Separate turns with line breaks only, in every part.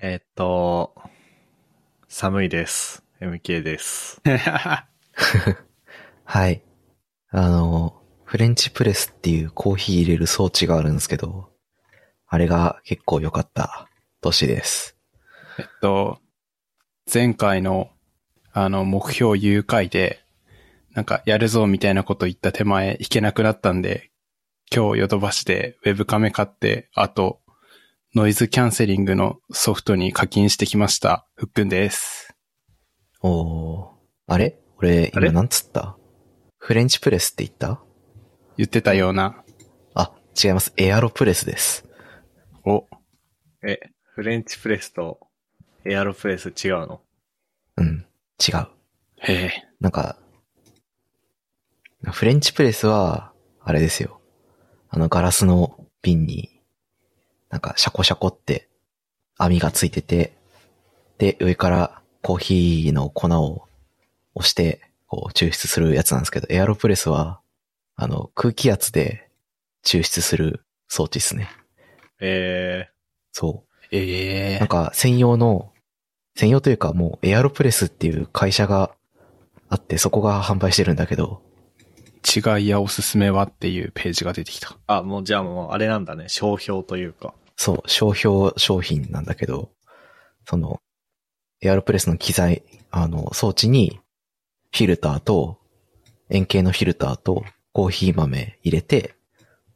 えーっと、寒いです。MK です。
はい。あの、フレンチプレスっていうコーヒー入れる装置があるんですけど、あれが結構良かった年です。
えっと、前回の、あの、目標誘拐で、なんか、やるぞみたいなこと言った手前、いけなくなったんで、今日ヨドバシでウェブカメ買って、あと、ノイズキャンセリングのソフトに課金してきました。ふっくんです。
おー。あれ俺、
あれ
今なんつったフレンチプレスって言った
言ってたような、
あ、違います。エアロプレスです。
お、
え、フレンチプレスとエアロプレス違うの
うん。違う。
へえ、
なんか、フレンチプレスは、あれですよ。あの、ガラスの瓶に、なんか、シャコシャコって、網がついてて、で、上からコーヒーの粉を押して、こう、抽出するやつなんですけど、エアロプレスは、あの、空気圧で抽出する装置ですね。
え
そう。
ええ
なんか専用の、専用というかもうエアロプレスっていう会社があってそこが販売してるんだけど、
違いやおすすめはっていうページが出てきた。
ー、あ、もうじゃあもうあれなんだね。商標というか。
そう、商標商品なんだけど、その、エアロプレスの機材、あの、装置にフィルターと、円形のフィルターとコーヒー豆入れて、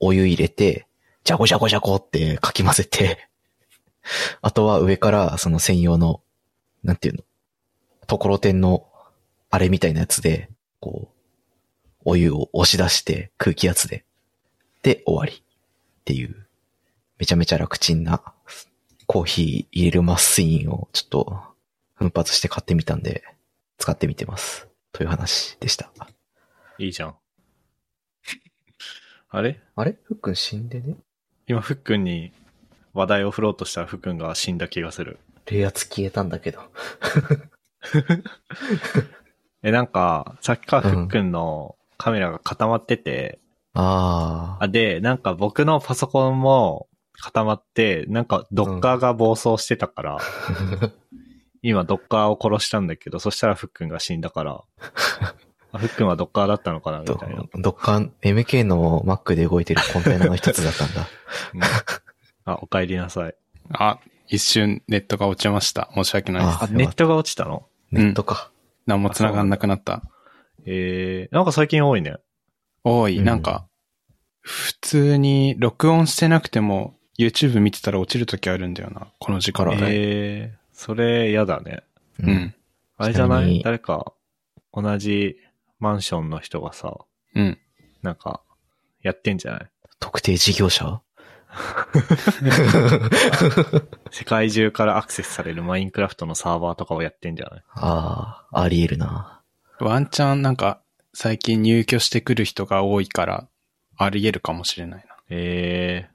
お湯入れて、ジャコジャコジャコってかき混ぜて、あとは上からその専用の、なんていうの、ところてんの、あれみたいなやつで、こう、お湯を押し出して空気圧で、で終わりっていうめちゃめちゃ楽ちんなコーヒー入れるマスインをちょっと奮発して買ってみたんで使ってみてます。という話でした。
いいじゃん。あれ
あれふっくん死んでね
今、ふっくんに話題を振ろうとしたらふっくんが死んだ気がする。
冷圧消えたんだけど。
え、なんか、さっきからふっくんのカメラが固まってて、
あー。
あ、で、なんか僕のパソコンも固まって、なんかドッカーが暴走してたから、今ドッカーを殺したんだけど、そしたらフックンが死んだから、あフックンはドッカーだったのかなみ
ど
たいな。
どっか MK の Mac で動いてるコンテナの一つだったん だ。
うんあ、お帰りなさい。
あ、一瞬ネットが落ちました。申し訳ないです
あ
あ、。ネットが落ちたの
ネットか。
何も繋がんなくなった。
えー、なんか最近多いね。
多い。
うん
なんか、普通に録音してなくても YouTube 見てたら落ちるときあるんだよな。この時間
あら
帯。
えー、それ嫌だね。
う
う。ん。
あれじゃな
ちなみ
い
に
誰か、同じマンションの人がさ、
うん。
なんか、やってんじゃない
特定事業者
世界中からアクセスされるマインクラフトのサーバーとかをやってんじゃない
あー、ありえるな。
ワンチャンなんか、最近入居してくる人が多いから、あり得るかもしれないな。
え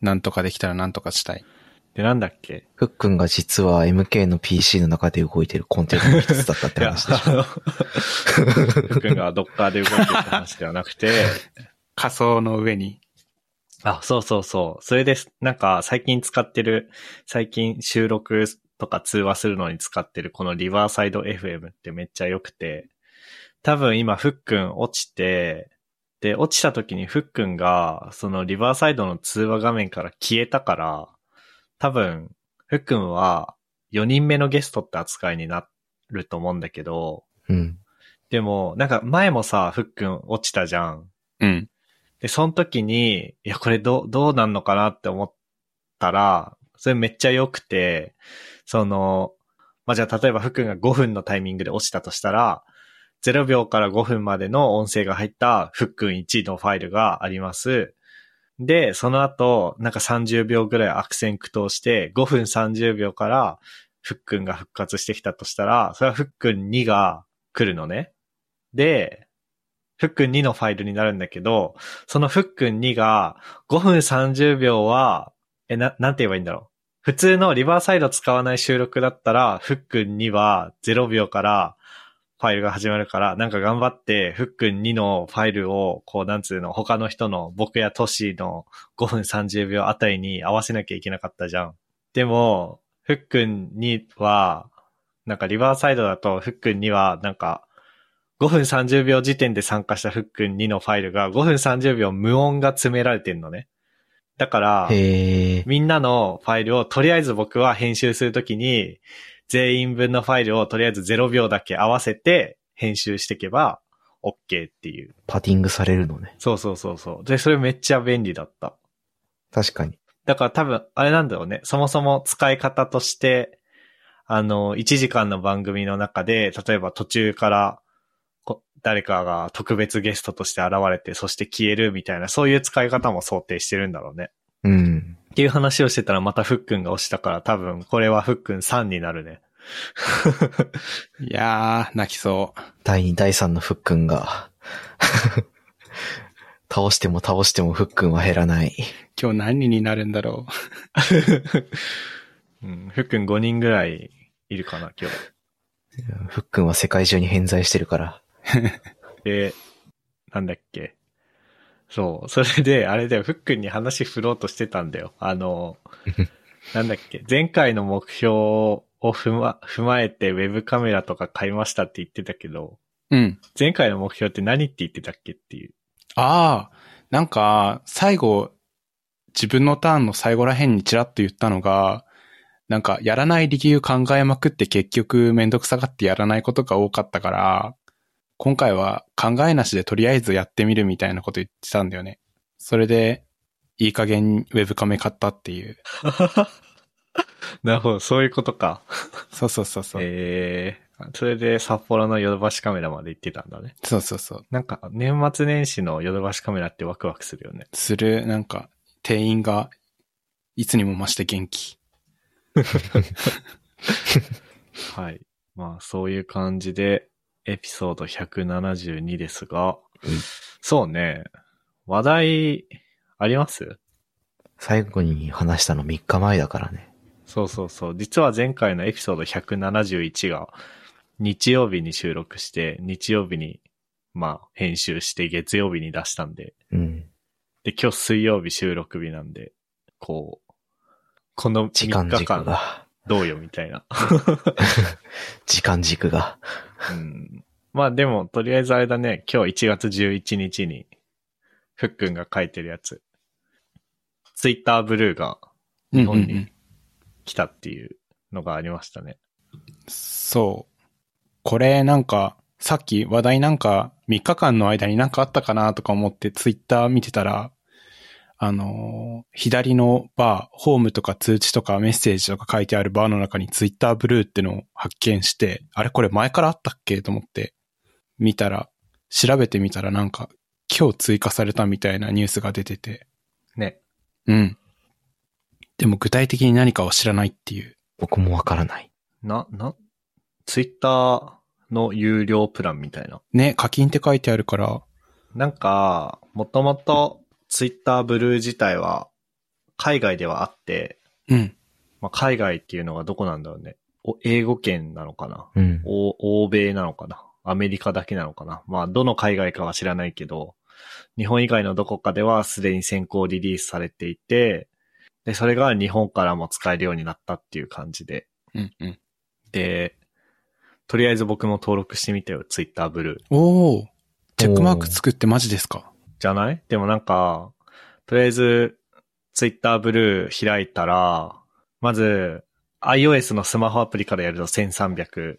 なんとかできたらなんとかしたい。
ー、で、なんだっけ
ふっくんが実は MK の PC の中で動いてるコンテナの一つだったって
いや、
話 でしょ
あの、ふっくんがドッカーで動いてるって話ではなくて、
仮想の上に。
あ、そうそうそう。それです。なんか、最近使ってる、最近収録とか通話するのに使ってる、このリバーサイド FM ってめっちゃ良くて、多分今、ふっくん落ちて、で、落ちた時にふっくんが、そのリバーサイドの通話画面から消えたから、多分、ふっくんは4人目のゲストって扱いになると思うんだけど、
うん。
でも、なんか前もさ、ふっくん落ちたじゃん。
うん。
で、その時に、いや、これどう、どうなんのかなって思ったら、それめっちゃ良くて、その、まあ、じゃあ例えば福君が5分のタイミングで落ちたとしたら、0秒から5分までの音声が入った福君1のファイルがあります。で、その後、なんか30秒ぐらい悪戦苦闘して、5分30秒から福君が復活してきたとしたら、それは福君2が来るのね。で、福君2のファイルになるんだけど、そのフックン2が5分30秒は、え、な、なんて言えばいいんだろう。普通のリバーサイド使わない収録だったら、フックン2は0秒からファイルが始まるから、なんか頑張って、フックン2のファイルを、こう、なんつうの、他の人の僕やトシの5分30秒あたりに合わせなきゃいけなかったじゃん。でも、ふっくんには、なんかリバーサイドだと、ふっくんには、なんか、5分30秒時点で参加したふっくん2のファイルが、5分30秒無音が詰められてんのね。だから、
へえ。
みんなのファイルをとりあえず僕は編集するときに、全員分のファイルをとりあえず0秒だけ合わせて編集していけば OK っていう。
パティングされるのね。
そうそうそうそう。で、それめっちゃ便利だった。
確かに。
だから多分、あれなんだろうね。そもそも使い方として、あの、1時間の番組の中で、例えば途中から、こ誰かが特別ゲストとして現れて、そして消えるみたいな、そういう使い方も想定してるんだろうね。
うん。
っていう話をしてたらまたふっくんが押したから多分これはふっくん3になるね。
いやー、泣きそ
第2、第3のフックンが、倒しても倒してもフックンは減らない。
う。今日何人になるんだろ
うん、ふっくん5人ぐらいいるかな、今日。
フックンは世界中に偏在してるから。
で、なんだっけ。そう。それで、あれだよ、ふっくんに話振ろうとしてたんだよ。あの、なんだっけ、前回の目標を踏ま、踏まえてウェブカメラとか買いましたって言ってたけど、
う。うん。
前回の目標って何って言ってたっけっていう。
ああ、なんか、最後、自分のターンの最後ら辺にちらっと言ったのが、なんか、やらない理由考えまくって結局めんどくさがってやらないことが多かったから、今回は考えなしでとりあえずやってみるみたいなこと言ってたんだよね。それで、いい加減ウェブカメ買ったっていう。
なるほど、そういうことか。
そうそうそうそう。
ええそれで札幌のヨドバシカメラまで行ってたんだね。
そうそうそう。
なんか、年末年始のヨドバシカメラってワクワクするよね。
する、なんか、店員が、いつにも増して元気。
はい。まあ、そういう感じで、エピソード172ですが、そうね、話題、あります
最後に話したの3日前だからね。
そうそうそう。実は前回のエピソード171が、日曜日に収録して、日曜日に、まあ、編集して、月曜日に出したんで、
うん。
で、今日水曜日収録日なんで、こう、この
時
3
間
日
軸
間
が、
どうよみたいな。
時間軸が。
うん、まあでも、とりあえずあれだね、今日1月11日に、ふっくんが書いてるやつ、ツイッターブルーが
日
本に来たっていうのがありましたね。
そう。これなんか、さっき話題なんか3日間の間になんかあったかなとか思ってツイッター見てたら、あのー左のバー、ホームとか通知とかメッセージとか書いてあるバーの中にツイッターブルーってのを発見して、あれこれ前からあったっけと思って見たら、調べてみたらなんか今日追加されたみたいなニュースが出てて、
ね。
うん。でも具体的に何かは知らないっていう。
僕もわからない。
な、な、ツイッターの有料プランみたいな。
ね、課金って書いてあるから、
なんか、もともとツイッターブルー自体は、海外ではあって、
うん。
まあ、海外っていうのがどこなんだろうね。お英語圏なのかな
うん。
お欧米なのかなアメリカだけなのかなまあ、どの海外かは知らないけど、日本以外のどこかではすでに先行リリースされていて、で、それが日本からも使えるようになったっていう感じで。
うんうん。
で、とりあえず僕も登録してみたよ、ツイッターブルー。
おお、チェックマーク作ってマジですか
じゃないでもなんか、とりあえず、ツイッターブルー開いたら、まず、iOS のスマホアプリからやると1380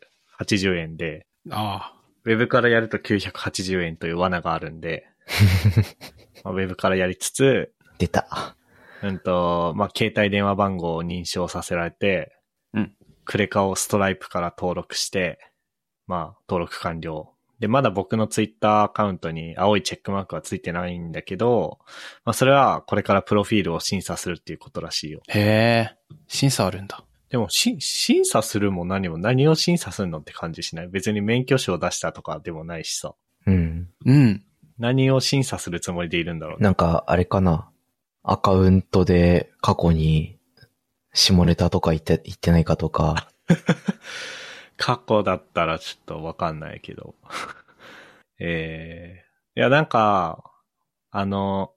円で、
ああ。
ウェブからやると980円という罠があるんで、 まあウェブからやりつつ、
出た。
うんと、まあ、携帯電話番号を認証させられて、
うん
クレカをストライプから登録して、まあ、登録完了。で、まだ僕のツイッターアカウントに青いチェックマークはついてないんだけど、まあ、それはこれからプロフィールを審査するっていうことらしいよ。
へえ、審査あるんだ。
でも、し、審査するも何も何を審査するのって感じしない別に免許証を出したとかでもないしさ。
うん。
うん。
何を審査するつもりでいるんだろうね
なんか、あれかな。アカウントで過去に、下ネタとか言って、言ってないかとか、
過去だったらちょっとわかんないけど。 えー、いやなんか、あの、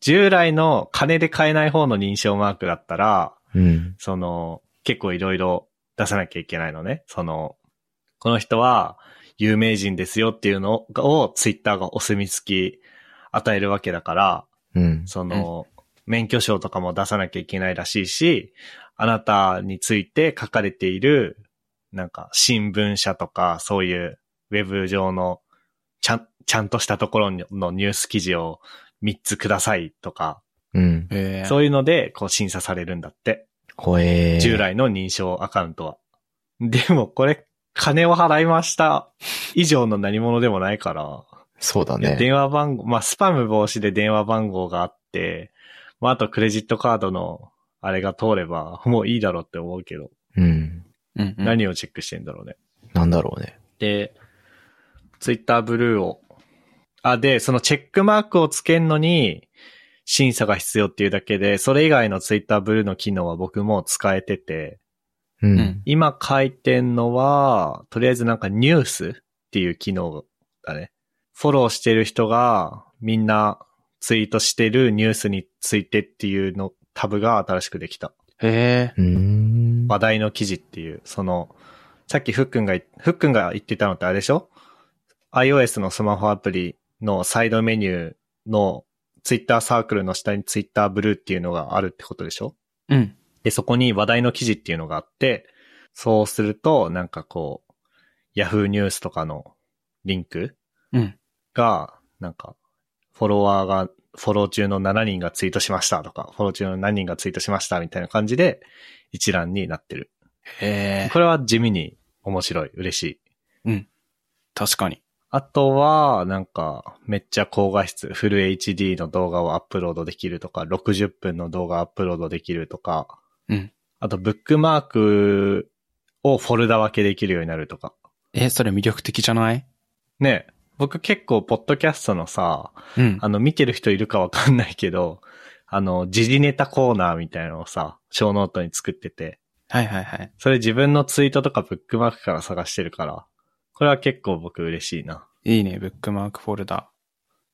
従来の金で買えない方の認証マークだったら、
うん。
その、結構いろいろ出さなきゃいけないのね。その、この人は有名人ですよっていうのをツイッターがお墨付き与えるわけだから、
うん。
その、免許証とかも出さなきゃいけないらしいし、あなたについて書かれている、なんか、新聞社とか、そういう、ウェブ上の、ちゃん、ちゃんとしたところのニュース記事を3つくださいとか、
うん。
えー、
そういうので、こう審査されるんだって。
怖えー。
従来の認証アカウントは。でも、これ、金を払いました。以上の何者でもないから。
そうだ
いや
ね。
電話番号、まあ、スパム防止で電話番号があって、まあ、あとクレジットカードの、あれが通れば、もういいだろうって思うけど、
うん。
うんうん、
何をチェックしてんだろうね。
なんだろうね。
で、ツイッターブルーを、あ、で、そのチェックマークをつけんのに、審査が必要っていうだけで、それ以外のツイッターブルーの機能は僕も使えてて、
うん。
うん
今書いてんのは、とりあえずなんかニュースっていう機能だね。フォローしてる人がみんなツイートしてるニュースについてっていうのタブが新しくできた。
え
うーん。
話題の記事っていう、その、さっきふっくんがい、ふっくんが言ってたのってあれでしょ ?iOS のスマホアプリのサイドメニューのツイッターサークルの下にツイッターブルーっていうのがあるってことでしょ
ー、うん。
で、そこに話題の記事っていうのがあって、そうすると、なんかこう、Yahoo ニュースとかのリンク
うん。
が、なんか、フォロワーが、フォロー中の7人がツイートしましたとか、フォロー中の何人がツイートしましたみたいな感じで、一覧になってる。
えー、
これは地味に面白い、嬉しい。
確かに。
あとは、なんか、めっちゃ高画質、フル HD の動画をアップロードできるとか、60分の動画アップロードできるとか、
うん。
あと、ブックマークをフォルダ分けできるようになるとか。
えー、それ魅力的じゃない
ねえ僕結構、ポッドキャストのさ、
うん。
あの、見てる人いるかわかんないけど、あの、時事ネタコーナーみたいなのをさ、小ノートに作ってて、
はいはいはい。
それ自分のツイートとかブックマークから探してるから、これは結構僕嬉しいな。
いいね、ブックマークフォルダ。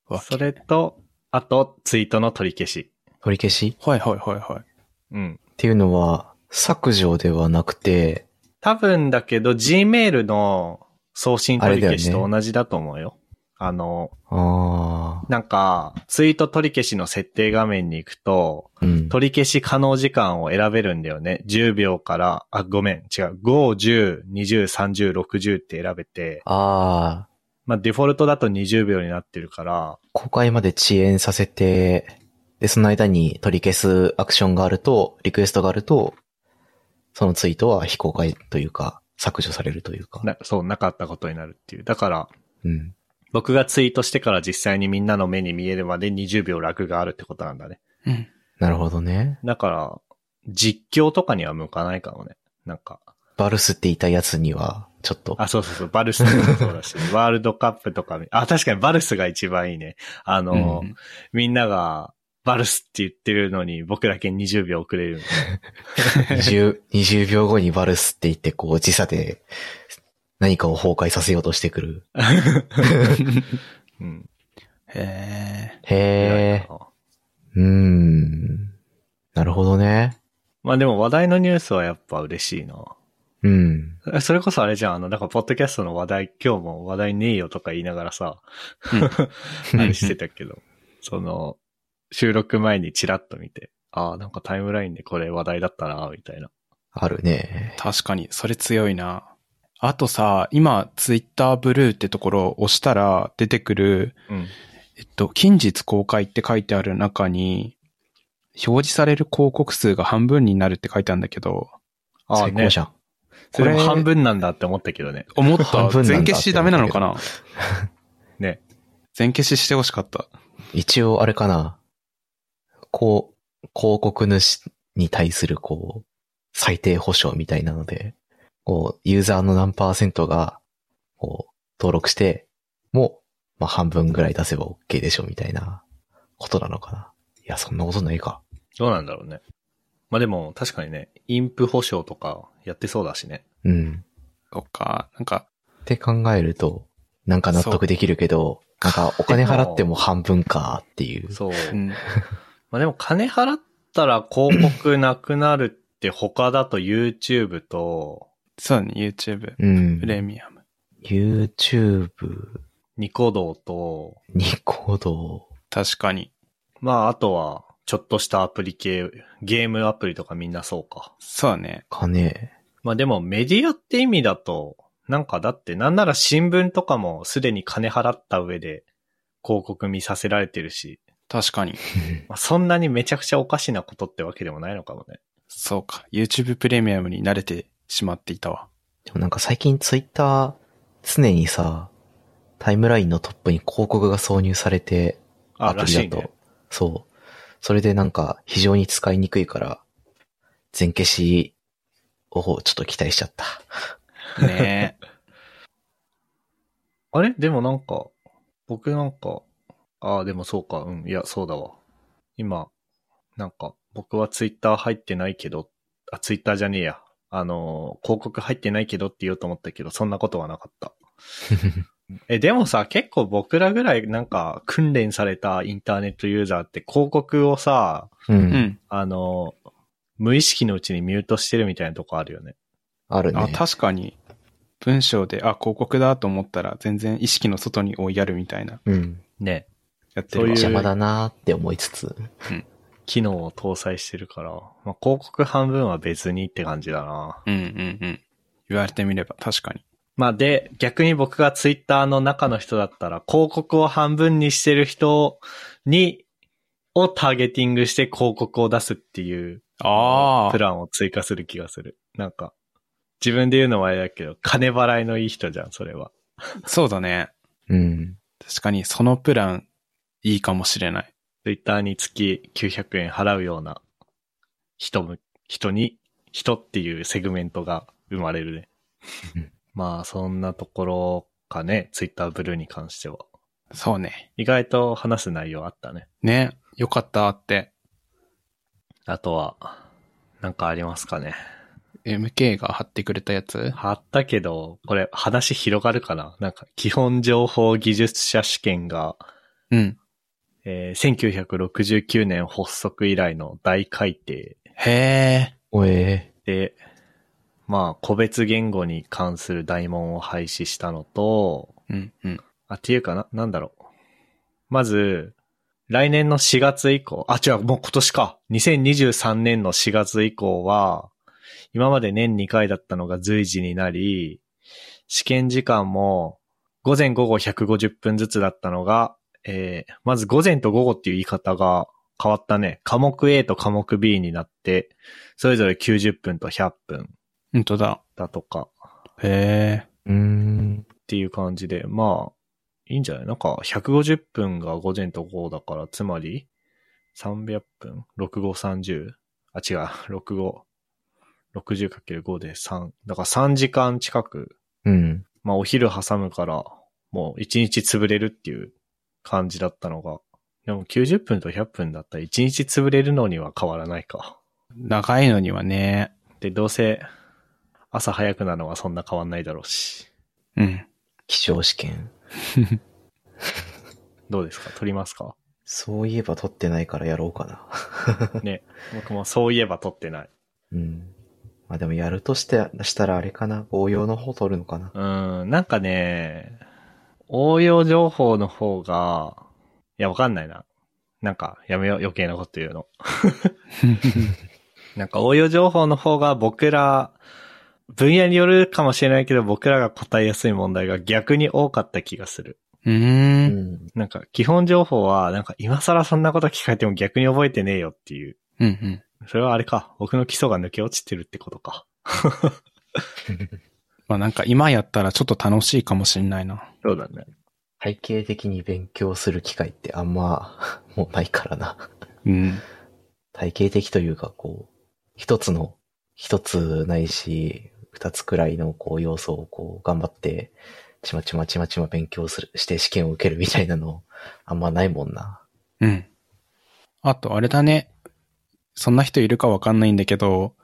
わ
それと、あと、ツイートの取り消し。
取り消し
はいはいはいはい。
うん。
っていうのは、削除ではなくて、
多分だけど、Gmail の送信取り消し
あれだ
と
よね
同じだと思うよ。あの、
あ
なんか、ツイート取り消しの設定画面に行くと、
あ、うん。
取り消し可能時間を選べるんだよね。10秒から、あ、ごめん、違う。5、10、20、30、60って選べて、
ああ、
まあデフォルトだと20秒になってるから、
公開まで遅延させて、で、その間に取り消すアクションがあると、リクエストがあると、そのツイートは非公開というか、削除されるというか。
なそう、なかったことになるっていう。だから、
うん。
僕がツイートしてから実際にみんなの目に見えるまで20秒ラグがあるってことなんだね。
うん。
なるほどね。
だから、実況とかには向かないかもね。なんか。
バルスっていたやつには、ちょっと、
あ、そうそうそう、バルスとかもそうだ し、ワールドカップとかみ、あ、確かにバルスが一番いいね。あの、
うん
みんなが、バルスって言ってるのに、僕だけ20秒遅れるみたいな。
20, 20秒後にバルスって言って、こう、時差で何かを崩壊させようとしてくる。
うん。
へ
偉い
へえ、
な
うーん。なるほどね。
まあでも話題のニュースはやっぱ嬉しいな。
うん。
えそれこそあれじゃん、あの、なんか、ポッドキャストの話題、今日も話題ねえよとか言いながらさ、
う ん
あれしてたけど、その、収録前にチラッと見て、ああ、なんかタイムラインでこれ話題だったな、みたいな。
あるね。
確かに、それ強いな。あとさ、今、ツイッターブルーってところを押したら出てくる、
うん。
えっと、近日公開って書いてある中に、表示される広告数が半分になるって書いてあるんだけど、
ああ、
最高
ね
じ。ゃん。
それも
これ
半分なんだって思ったけどね。
思っ
半
た。
分なんだ
全消しダメなのかな
ね。
全消ししてほしかった。
一応、あれかな。こう、広告主に対する、こう、最低保障みたいなので、こう、ユーザーの何パーセントが、こう、登録して、もう、まあ、半分ぐらい出せば OK でしょ、みたいなことなのかな。いや、そんなことないか。
どうなんだろうね。まあでも、確かにね、インプ保証とかやってそうだしね。
うん。
そっか。なんか、
って考えると、なんか納得できるけど、なんかお金払っても半分かっていう。
そう。
うん。
まあでも、金払ったら広告なくなるっって他だと YouTube と
そうね、YouTube
うん
プ。レミアム。
YouTube、
ニコ動と、
ニコ動。
確かに。
まああとはちょっとしたアプリ系、ゲームアプリとかみんなそうか。
そうね。
かね。
まあでもメディアって意味だと、なんかだってなんなら新聞とかもすでに金払った上で広告見させられてるし、
確かに。
まあ、そんなにめちゃくちゃおかしなことってわけでもないのかもね。
そうか。YouTube プレミアムに慣れてしまっていたわ。
でもなんか最近 Twitter 常にさ、タイムラインのトップに広告が挿入されて、
あ、
アプ
ら
リ
し
だ
い
と。
ね。
そう。それでなんか非常に使いにくいから、全消しをちょっと期待しちゃった。
ねえ。
あれでもなんか、僕なんか、ああ、でもそうか、うん、いや、そうだわ。今、なんか、僕はツイッター入ってないけど、あ、ツイッターじゃねえや。あのー、広告入ってないけどって言おうと思ったけど、そんなことはなかった。え、でもさ、結構僕らぐらいなんか訓練されたインターネットユーザーって広告をさ、
うん。
うん。
あのー、無意識のうちにミュートしてるみたいなとこあるよね。
ある
あ、
ね。
確かに。文章で、あ、広告だと思ったら全然意識の外に追いやるみたいな。
うん。
ね。
やって
そうい
るわ
う
邪魔だなーって思いつつ。
機能を搭載してるから、まあ、広告半分は別にって感じだな。
うんうんうん。言われてみれば確かに。
まあで、逆に僕がツイッターの中の人だったら、広告を半分にしてる人に、をターゲティングして広告を出すっていう、
あ
プランを追加する気がする。なんか、自分で言うのはあれだけど、金払いのいい人じゃん、それは。
あ、そうだね。
うん。
確かにそのプランいいかもしれない。
ツイッターに月900円払うような人む、人に、人っていうセグメントが生まれるね
うん。
まあ、そんなところかね、ツイッターブルーに関しては。
そうね。
意外と話す内容あったね。
ね。よかったって。
あとは、なんかありますかね。
MK が貼ってくれたやつ
あったけど、これ話広がるかななんか、基本情報技術者試験が、
うん。
えー1969年発足以来の大改定
へえ。
おえ
で、まあ、個別言語に関する大問を廃止したのと、
うんうん。
あ、っていうかな、なんだろう。まず、来年の4月以降、あ、違う、もう今年か。2023年の4月以降は、今まで年2回だったのが随時になり、試験時間も午前午後150分ずつだったのが、えーまず午前と午後っていう言い方が変わったね。科目 A と科目 B になって、それぞれ90分と100分
本当だ。
だとか。
へえ。
ー。うー
っ
ん。
ていう感じで、まあ、いいんじゃないなんか、150分が午前と午後だから、つまり、300分 ?6 5 30? あ、違う。6 5 60×5 で3。だから3時間近く。
うん。
まあ、お昼挟むから、もう1日潰れるっていう感じだったのが。でも90分と100分だったら1日潰れるのには変わらないか。
長いのにはね。
で、どうせ、朝早くなのはそんな変わんないだろうし。
うん。
気象試験。
どうですか取りますか
そういえば撮ってないからやろうかな。
ね、僕もそういえば撮ってない。
うん。まあでもやるとして、したらあれかな。応用の方撮るのかな。
うん、なんかね、応用情報の方が、いや、わかんないな。なんか、やめよう、余計なこと言う の。なんか応用情報の方が僕ら、分野によるかもしれないけど、僕らが答えやすい問題が逆に多かった気がする。
う
う
ーん。
ん。
なんか、基本情報は、なんか今更そんなこと聞かれても逆に覚えてねえよっていう。
うんうん。
それはあれか、僕の基礎が抜け落ちてるってことか。
まあなんか今やったらちょっと楽しいかもしんないな。
そうだね。
背景的に勉強する機会ってあんま、 もうないからな。
うん。
体系的というか、こう、一つの、一つないし、二つくらいのこう要素をこう頑張って、ちまちまちまちま勉強する、して試験を受けるみたいなの、あんまないもんな。
うん。あと、あれだね。そんな人いるかわかんないんだけど、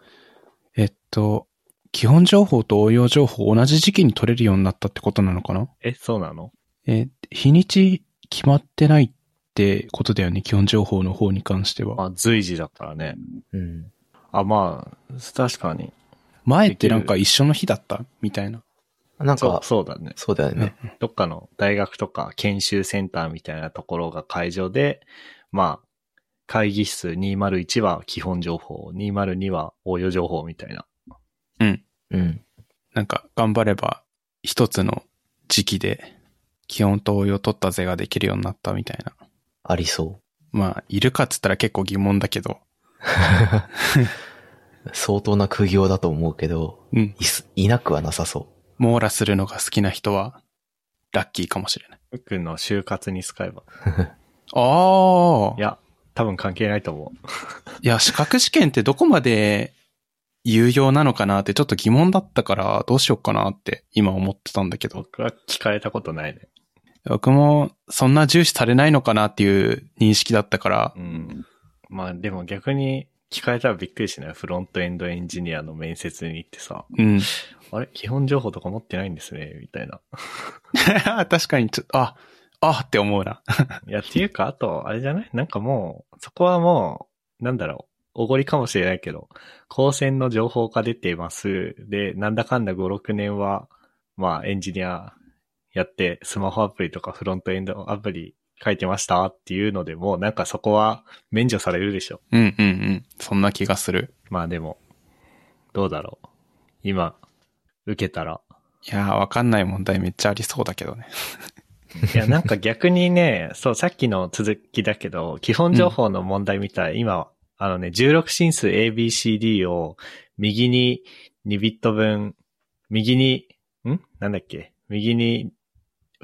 えっと、基本情報と応用情報同じ時期に取れるようになったってことなのかな
え、そうなの
え、日にち決まってないってことだよね。基本情報の方に関しては。
まあ、随時だからね。
うん。
あ、まあ、確かに。
前ってなんか一緒の日だったみたいな。
なん
そう
か、、
そうだね。
そうだよね。
どっかの大学とか研修センターみたいなところが会場で、まあ、会議室201は基本情報、202は応用情報みたいな。
うん。
なんか頑張れば一つの時期で気温と応用取ったぜができるようになったみたいな。
ありそ
まあ、いるかっつったら結構疑問だけど。
う。相当な苦行だと思うけど、
うん。
いすいなくはなさそ
網羅するのが好きな人はラッキーかもしれない。
ふっくんの就活に使えば。
ああ
いや、多分関係ないと思う。
いや、資格試験ってどこまで有用なのかなってちょっと疑問だったからどうしようかなって今思ってたんだけど。
僕は聞かれたことないね。
僕もそんな重視されないのかなっていう認識だったから
う。ん。まあでも逆に聞かれたらびっくりしない。フロントエンドエンジニアの面接に行ってさ、
うん。
あれ基本情報とか持ってないんですね、みたいな。
確かにちょっと、あ、あって思うな。
いや、っていうか、あと、あれじゃないなんかもう、そこはもう、なんだろう。おごりかもしれないけど、高専の情報化出てます。で、なんだかんだ5、6年は、まあエンジニアやって、スマホアプリとかフロントエンドアプリ書いてましたっていうのでも、なんかそこは免除されるでしょ。
うんうんうん。そんな気がする。
まあでも、どうだろう。今、受けたら。
いやー、わかんない問題めっちゃありそうだけどね。
いや、なんか逆にね、そう、さっきの続きだけど、基本情報の問題みたい、今、あのね、16進数 ABCD を右に2ビット分、右に、んなんだっけ右に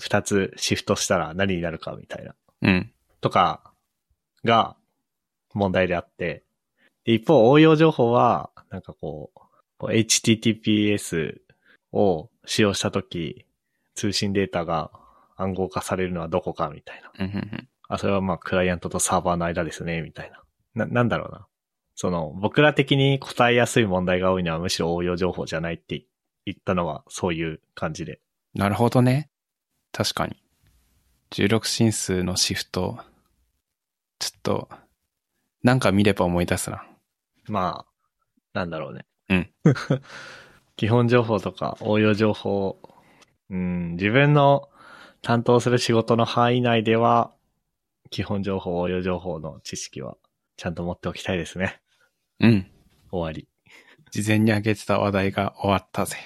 2つシフトしたら何になるかみたいな。
うん。
とかが問題であって、で一方応用情報は、なんかこう、こう HTTPS を使用したとき、通信データが暗号化されるのはどこかみたいな。
うんうんうん。
あ、それはまあクライアントとサーバーの間ですね、みたいな。な、なんだろうな。その、僕ら的に答えやすい問題が多いのはむしろ応用情報じゃないって言ったのはそういう感じで。
なるほどね。確かに。16進数のシフト。ちょっと、なんか見れば思い出すな。
まあ、なんだろうね。
うん。
基本情報とか応用情報、うん、自分の担当する仕事の範囲内では、基本情報、応用情報の知識はちゃんと持っておきたいですね。
うん。
終わり。
事前に挙げてた話題が終わったぜ。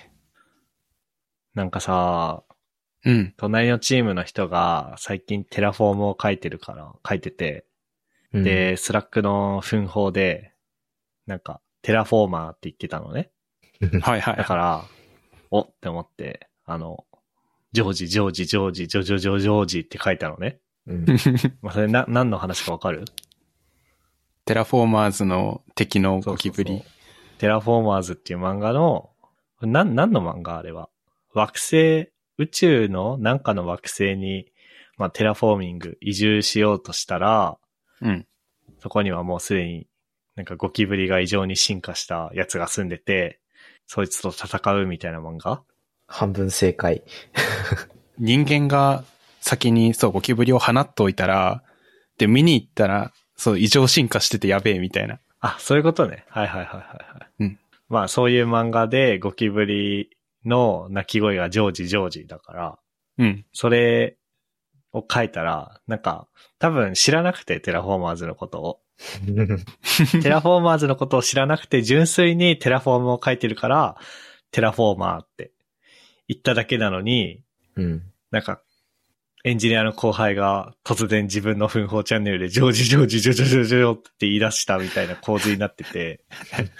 なんかさ、
うん。
隣のチームの人が最近テラフォームを書いてるから、書いてて、
う。うん、
で、スラックの奮法で、なんか、テラフォーマーって言ってたのね。
はいは い
だ
は
から、おって思って、あの、ジョージ、ジョージ、ジョージ、ジョジョジョジョージって書いたのね。
うん
い。
まあ、それな、何の話かわかる
テラフォーマーズの敵のゴキブ
そう
リ
そう。そうテラフォーマーズっていう漫画の、なん、何の漫画あれは。惑星、宇宙のなんかの惑星に、まあ、テラフォーミング、移住しようとしたら、
うん。
そこにはもうすでに、なんかゴキブリが異常に進化したやつが住んでて、そいつと戦うみたいな漫画
半分正 解。
人間が先にそうゴキブリを放っといたら、で、見に行ったら、そう、異常進化しててやべえみたいな。
あ、そういうことね。はいはいはいはいはい。
うん。
まあそういう漫画でゴキブリの鳴き声がジョージジョージだから、
うん。
それを書いたら、なんか多分知らなくてテラフォーマーズのこと を。テラフォーマーズのことを知らなくて純粋にテラフォームを書いてるから、テラフォーマーって言っただけなのに、
うん。
なんか、エンジニアの後輩が突然自分の奮法チャンネルでジョージジョージジョジョジョジョって言い出したみたいな構図になってて、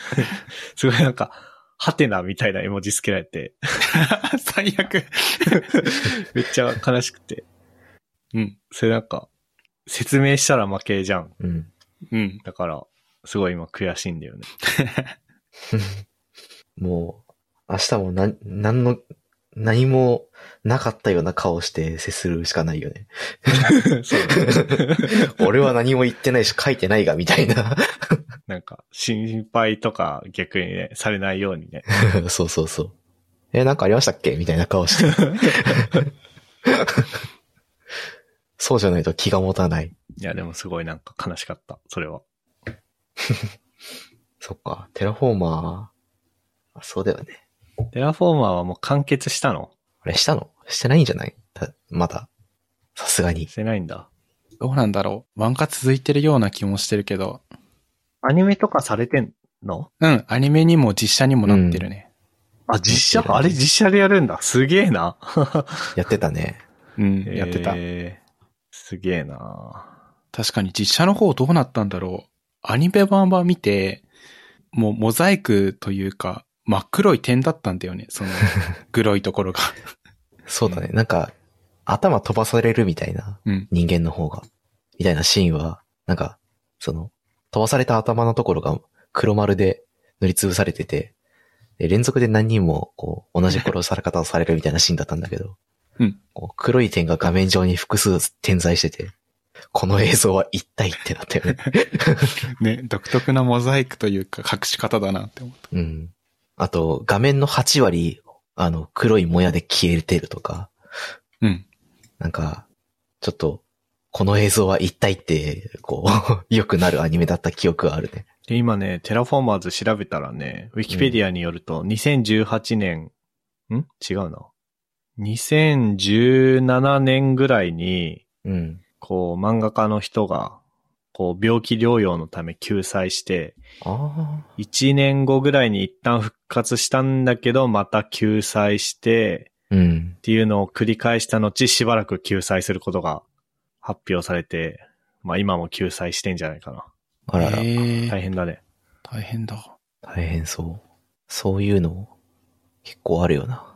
すごいなんか、ハテナみたいな絵文字つけられて、
最悪。
めっちゃ悲しくて。
うん。
それなんか、説明したら負けじゃん。
うん。
うん。
だから、すごい今悔しいんだよね。
もう、明日もな、なんの、何もなかったような顔して接するしかないよ ね。
そうだね
俺は何も言ってないし書いてないが、みたい な。
なんか、心配とか逆にね、されないようにね。
そうそうそう。え、なんかありましたっけみたいな顔して。 そうじゃないと気が持たない。
いや、でもすごいなんか悲しかった。それは。
そっか、テラフォーマー、あそうだよね。
テラフォーマーはもう完結したの
あれしたのしてないんじゃないたまだ。さすがに
し。てないんだ。
どうなんだろう。漫画続いてるような気もしてるけど。
アニメとかされてんの
うん、アニメにも実写にもなってるね。
あ、実写あれ実写でやるんだ。すげえな。
やって たね。
うん、やってた。
えーすげえな
確かに実写の方どうなったんだろう。アニメ版は見て、もうモザイクというか、真っ黒い点だったんだよね。 その、黒いところが。
そうだね。なんか、頭飛ばされるみたいな、
うん
人間の方が、みたいなシーンは、なんか、その、飛ばされた頭のところが黒丸で塗りつぶされてて、で連続で何人も、こう、同じ殺され方をされるみたいなシーンだったんだけど、
うん
こう黒い点が画面上に複数点在してて、この映像は一体ってなったよね。
ね、独特なモザイクというか隠し方だなって思った。
うん。あと、画面の8割、あの、黒いもやで消えてるとか、
うん。
なんか、ちょっと、この映像は一体って、こう、 良くなるアニメだった記憶があるね。
で、今ね、テラフォーマーズ調べたらね、ウィキペディアによると、2018年、ん違うな。2017年ぐらいに、
うん。
こう、漫画家の人が、こう、病気療養のため救済して、
ああ。
1年後ぐらいに一旦復活したんだけど、また救済して、
うん。
っていうのを繰り返した後、しばらく救済することが発表されて、まあ今も救済してんじゃないかな。
あらら、
えー
大変だね。
大変だ。
大変そう。そういうの、結構あるよな。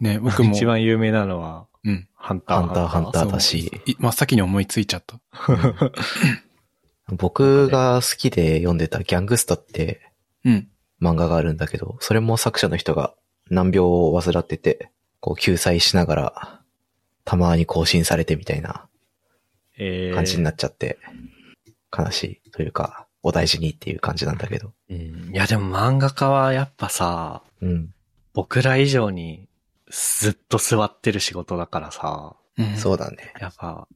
ね、僕も。
一番有名なのは、
うん。
ハンター。
ハンターハンターだし、
い真っ先に思いついちゃった。
僕が好きで読んでたギャングスタって
うん。
漫画があるんだけど、それも作者の人が難病を患ってて、こう救済しながら、たまに更新されてみたいな
えー
感じになっちゃって、悲しいというか、お大事にっていう感じなんだけど。
いやでも漫画家はやっぱさ、
うん。
僕ら以上にずっと座ってる仕事だからさ、
うん、
そうだね。
やっぱ、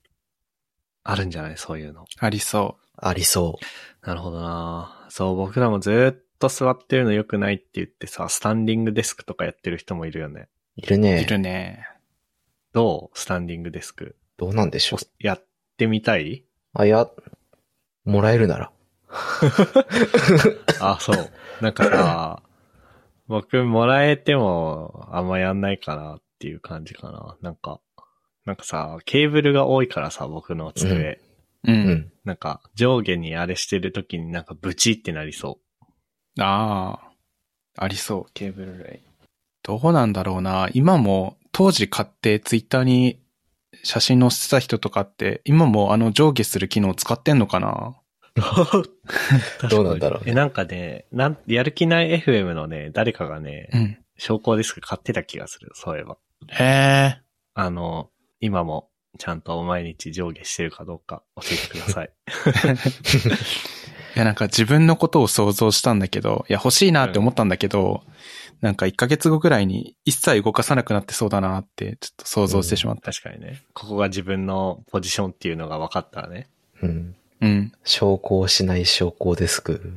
あるんじゃないそういうの。
ありそ
ありそ
なるほどなそう、僕らもずっと座ってるの良くないって言ってさ、スタンディングデスクとかやってる人もいるよね。
う。いる
う。
ね。
いるね。
どうスタンディングデスク。
どうなんでしょう。
やってみたい
あ、いや、もらえるなら。
あ、そう。なんか さ、僕もらえてもあんまやんないかなっていう感じかな。なんか、なんかさ、ケーブルが多いからさ、僕の机。
うん
う。
うんん。
なんか、上下にあれしてるときになんかブチってなりそ
ああ。ありそう、ケーブル類。どうなんだろうな。今も、当時買ってツイッターに写真載せてた人とかって、今もあの上下する機能使ってんのかな
う。
どうなんだろうね
え、なんかね、なん、やる気ない FM のね、誰かがね、
ん。
昇降ディスク買ってた気がする、そういえば。
へえ。
あの、今も、ちゃんと毎日上下してるかどうか教えてください。
いや、なんか自分のことを想像したんだけど、いや、欲しいなって思ったんだけど、なんか1ヶ月後くらいに一切動かさなくなってそうだなって、ちょっと想像してしまった。
確かにね。ここが自分のポジションっていうのが分かったらね。
うん。
うん。
証拠をしない証拠デスク。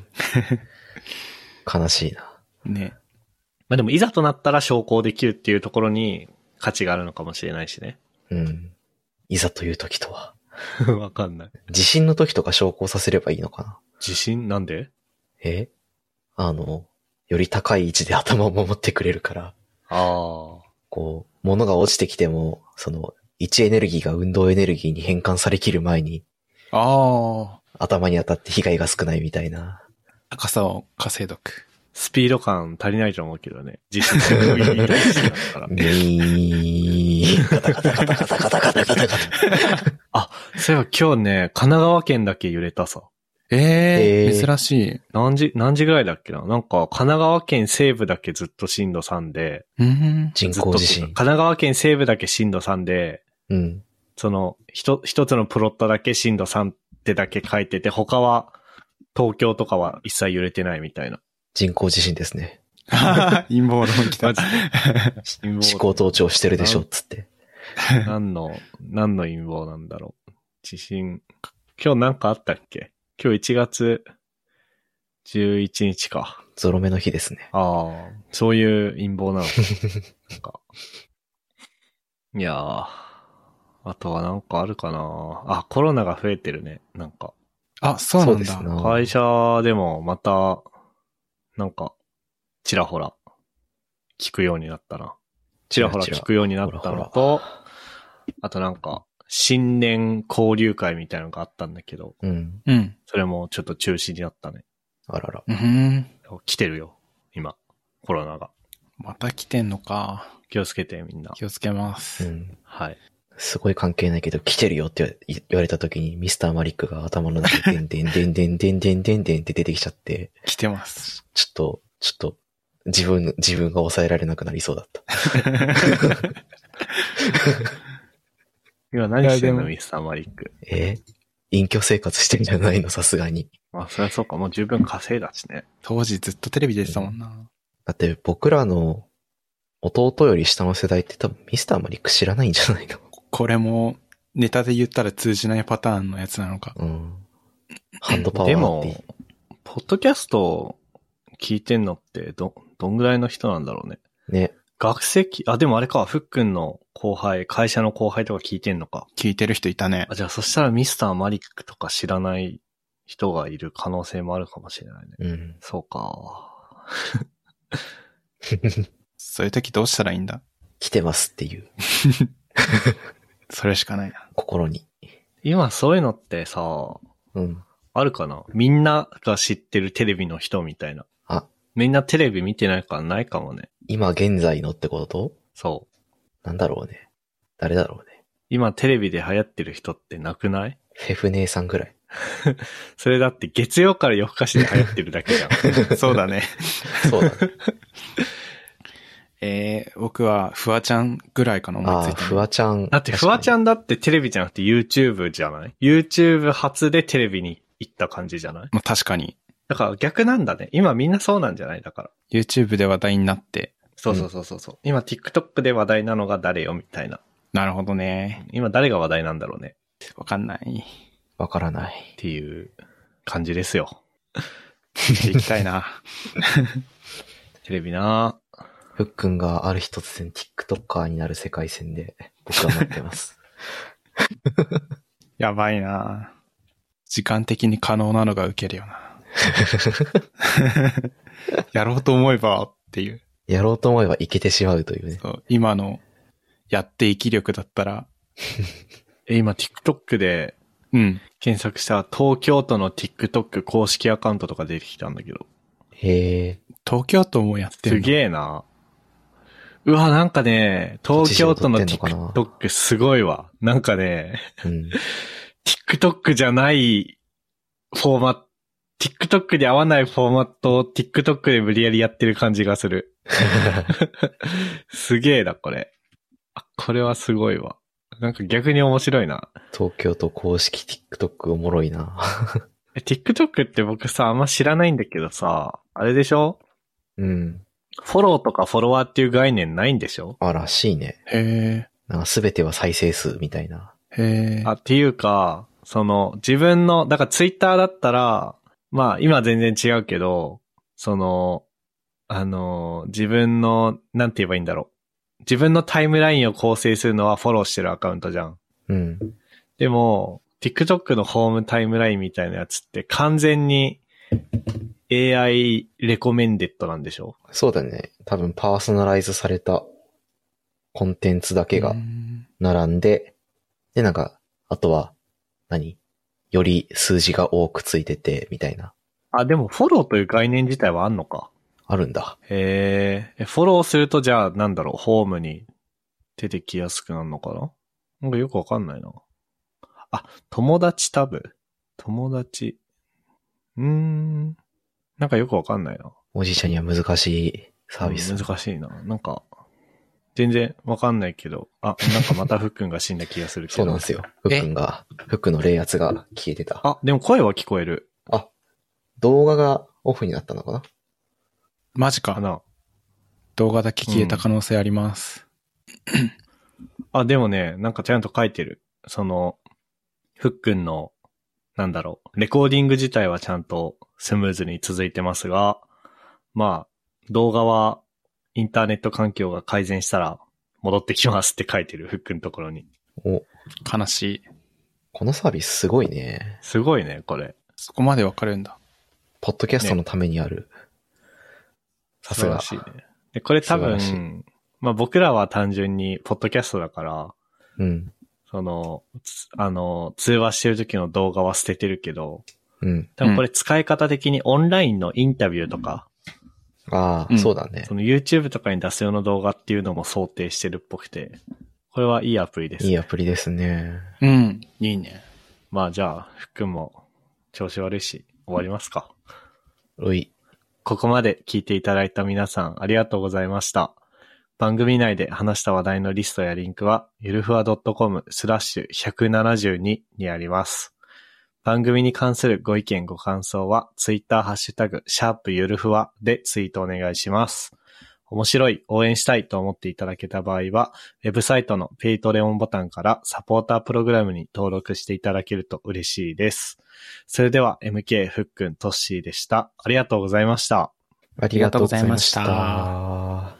悲しいな。
ね。
まあでも、いざとなったら昇降できるっていうところに価値があるのかもしれないしね。
うん。いざという時とは。
わかんない。
地震の時とか証拠させればいいのかな。
地震なんで
えあの、より高い位置で頭を守ってくれるから、
ああ。
こう、物が落ちてきても、その、位置エネルギーが運動エネルギーに変換されきる前に、
ああ。
頭に当たって被害が少ないみたいな。
高さを稼いどく。
スピード感足りないと思うけどね。実際すごい移動してたから。
にー、ガタガタガタガタガタガタガタガタ。
そういえば今日ね、神奈川県だけ揺れたさ。
ええ
えー
珍しい。
何時、何時ぐらいだっけななんか、神奈川県西部だけずっと震度3で、
うん。
人
ずっと
工
って
地
いうか神
震。
奈川県西部だけ震度3で、
うん。
その、ひと一つのプロットだけ震度3ってだけ書いてて、他は、東京とかは一切揺れてないみたいな。
人工地震ですね。
陰謀論来た。
マジ
思考盗聴してるでしょ、つって。
何の、何の陰謀なんだろう。地震。今日なんかあったっけ今日1月11日か。
ゾロ目の日ですね。
ああ、そういう陰謀なのか。 なんかいやー、あとはなんかあるかな。あ、コロナが増えてるね。なんか。
あ、そうなん
です
だ。
ね。
会社でもまた、なんか、ちらほら、聞くようになったな。ちらほら聞くようになったの
ほら
と、あとなんか、新年交流会みたいなのがあったんだけど、
うん。
うん。
それもちょっと中止になったね。
あらら。
うん。
来てるよ、今、コロナが。
また来てんのか。
気をつけてみんな。
気をつけま
う
す。
ん。
はい。
すごい関係ないけど、来てるよって言われた時に、ミスターマリックが頭の中で、でんでんでんでんでんでんでんって出てきちゃって、
来てます。
ちょっと、ちょっと、自分、自分が抑えられなくなりそうだった。
今何してん
いやでも
のミスターマリック。
え隠居生活してんじゃないのさすがに。
まあ、そりゃそうか。もう十分稼いだしね。
当時ずっとテレビ出てたもんな。
だって僕らの弟より下の世代って多分ミスターマリック知らないんじゃないの
これも、ネタで言ったら通じないパターンのやつなのか。
うん。ハンドパワ
で
ーっ
も
て。、
ポッドキャストを聞いてんのって、ど、どんぐらいの人なんだろうね。
ね。
学籍、あ、でもあれか、ふっくんの後輩、会社の後輩とか聞いてんのか。
聞いてる人いたね
あ、。じゃあそしたらミスターマリックとか知らない人がいる可能性もあるかもしれないね。
うん。
そうか。
そういう時どうしたらいいんだ
来てますっていう
それしかないな。
心に。
今そういうのってさ、
うん。
あるかなみんなが知ってるテレビの人みたいな。
あ、
みんなテレビ見てないからないかもね。
今現在のってこと
そう。
なんだろうね。誰だろうね。
今テレビで流行ってる人ってなくない
フェフ姉さんぐらい。
それだって月曜から夜更かしで流行ってるだけじゃん。
そうだね。
そうだね。
えー、僕はフワちゃんぐらいかな思
あ
いつ
あ、
いたの。
フワちゃん。
だってフワちゃ
ん。
んだってテレビじゃなくて YouTube じゃない ?YouTube 初でテレビに行った感じじゃない
まあ確かに。
だから逆なんだね。今みんなそうなんじゃないだから。
YouTube で話題になって。
そうそうそうそうそう。今 TikTok で話題なのが誰よみたいな。
なるほどね。
今誰が話題なんだろうね
わかんない。
わからない。
っていう感じですよ。
行きたいな。
テレビなぁ
ふっくんがある日突然 TikToker になる世界線で僕は待ってます。
やばいな。時間的に可能なのが受けるよな。 やろうと思えばっていう。
やろうと思えばいけてしまうというね。
そう今のやって生き力だったら、
え、今 TikTok で
うん。
検索したら東京都の TikTok 公式アカウントとか出てきたんだけど。
へえ。
東京都もやって
す
る。
げえな。うわ、なんかね、東京都の
都知事を取ってんのか
TikTok すごいわ。なんかね、
うん。
TikTok じゃないフォーマット、TikTok で合わないフォーマットを TikTok で無理やりやってる感じがする。すげえな、これ。あ、これはすごいわ。なんか逆に面白いな。
東京都公式 TikTok おもろいな。
え TikTok って僕さ、あんま知らないんだけどさ、あれでしょ
うん。
フォローとかフォロワーっていう概念ないんでしょ
あ、らしいね。
へ
なんかすべては再生数みたいな。
え。へえ。
あ、っていうか、その、自分の、だからツイッターだったら、まあ今全然違うけど、その、あの、自分の、なんて言えばいいんだろう。自分のタイムラインを構成するのはフォローしてるアカウントじゃん。
うん。
でも、TikTok のホームタイムラインみたいなやつって完全に AI レコメンデッドなんでしょ
そうだね。多分パーソナライズされたコンテンツだけ
う
が
ん
並んで、で、なんか、あとは何、より数字が多くついてて、みたいな。
あ、でもフォローという概念自体はあんのか。
あるんだ。
へーえ、フォローするとじゃあなんだろう、ホームに出てきやすくなるのかななんかよくわかんないな。あ、友達タブ。友達。うーん。なんかよくわかんないな。
おじいちゃんには難しいサービス。
うん難しいな。なんか、全然わかんないけど、あ、なんかまたふっくんが死んだ気がするけど。
そうなんですよ。フックンが、フックの冷圧が消えてた。
あ、でも声は聞こえる。
動画がオフになったのかな
マジ
か
か。
な。
動画だけ消えた可能性あります。
あ、でもね、なんかちゃんと書いてる。その、ふっくんの、なんだろう、レコーディング自体はちゃんとスムーズに続いてますが、まあ、動画はインターネット環境が改善したら戻ってきますって書いてるフックのところに。
お、
悲しい。
このサービスすごいね。
すごいね、これ。
そこまでわかるんだ。
ポッドキャストのためにある。さ
素
す
晴
が
ら。しいね。で、これ多
素晴ら
分、まあ僕らは単純にポッドキャストだから、
うん。
その、つあの、通話してる時の動画は捨ててるけど、
うん。
でもこれ使い方的にオンラインのインタビューとか、
ああ、
うん
そうだね
そ。の YouTube とかに出す用の動画っていうのも想定してるっぽくて、これはいいアプリです。
いいアプリですね。
うん。いいね。
まあじゃあ、福君も調子悪いし、終わりますか。
うい。
ここまで聞いていただいた皆さんありがとうございました。番組内で話した話題のリストやリンクは、ゆるふわ .com スラッシュ172にあります。番組に関するご意見ご感想は、ツイッターハッシュタグ、シャープゆるふわでツイートお願いします。面白い、応援したいと思っていただけた場合は、ウェブサイトのペイトレオンボタンからサポータープログラムに登録していただけると嬉しいです。それでは MK ふっくんトッシーでした。ありがとうございました。
ありがとうございまし
ありがとうござい
た。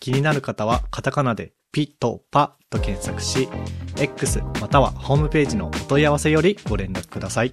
気になる方はカタカナでピトパと検索し X またはホームページのお問い合わせよりご連絡ください。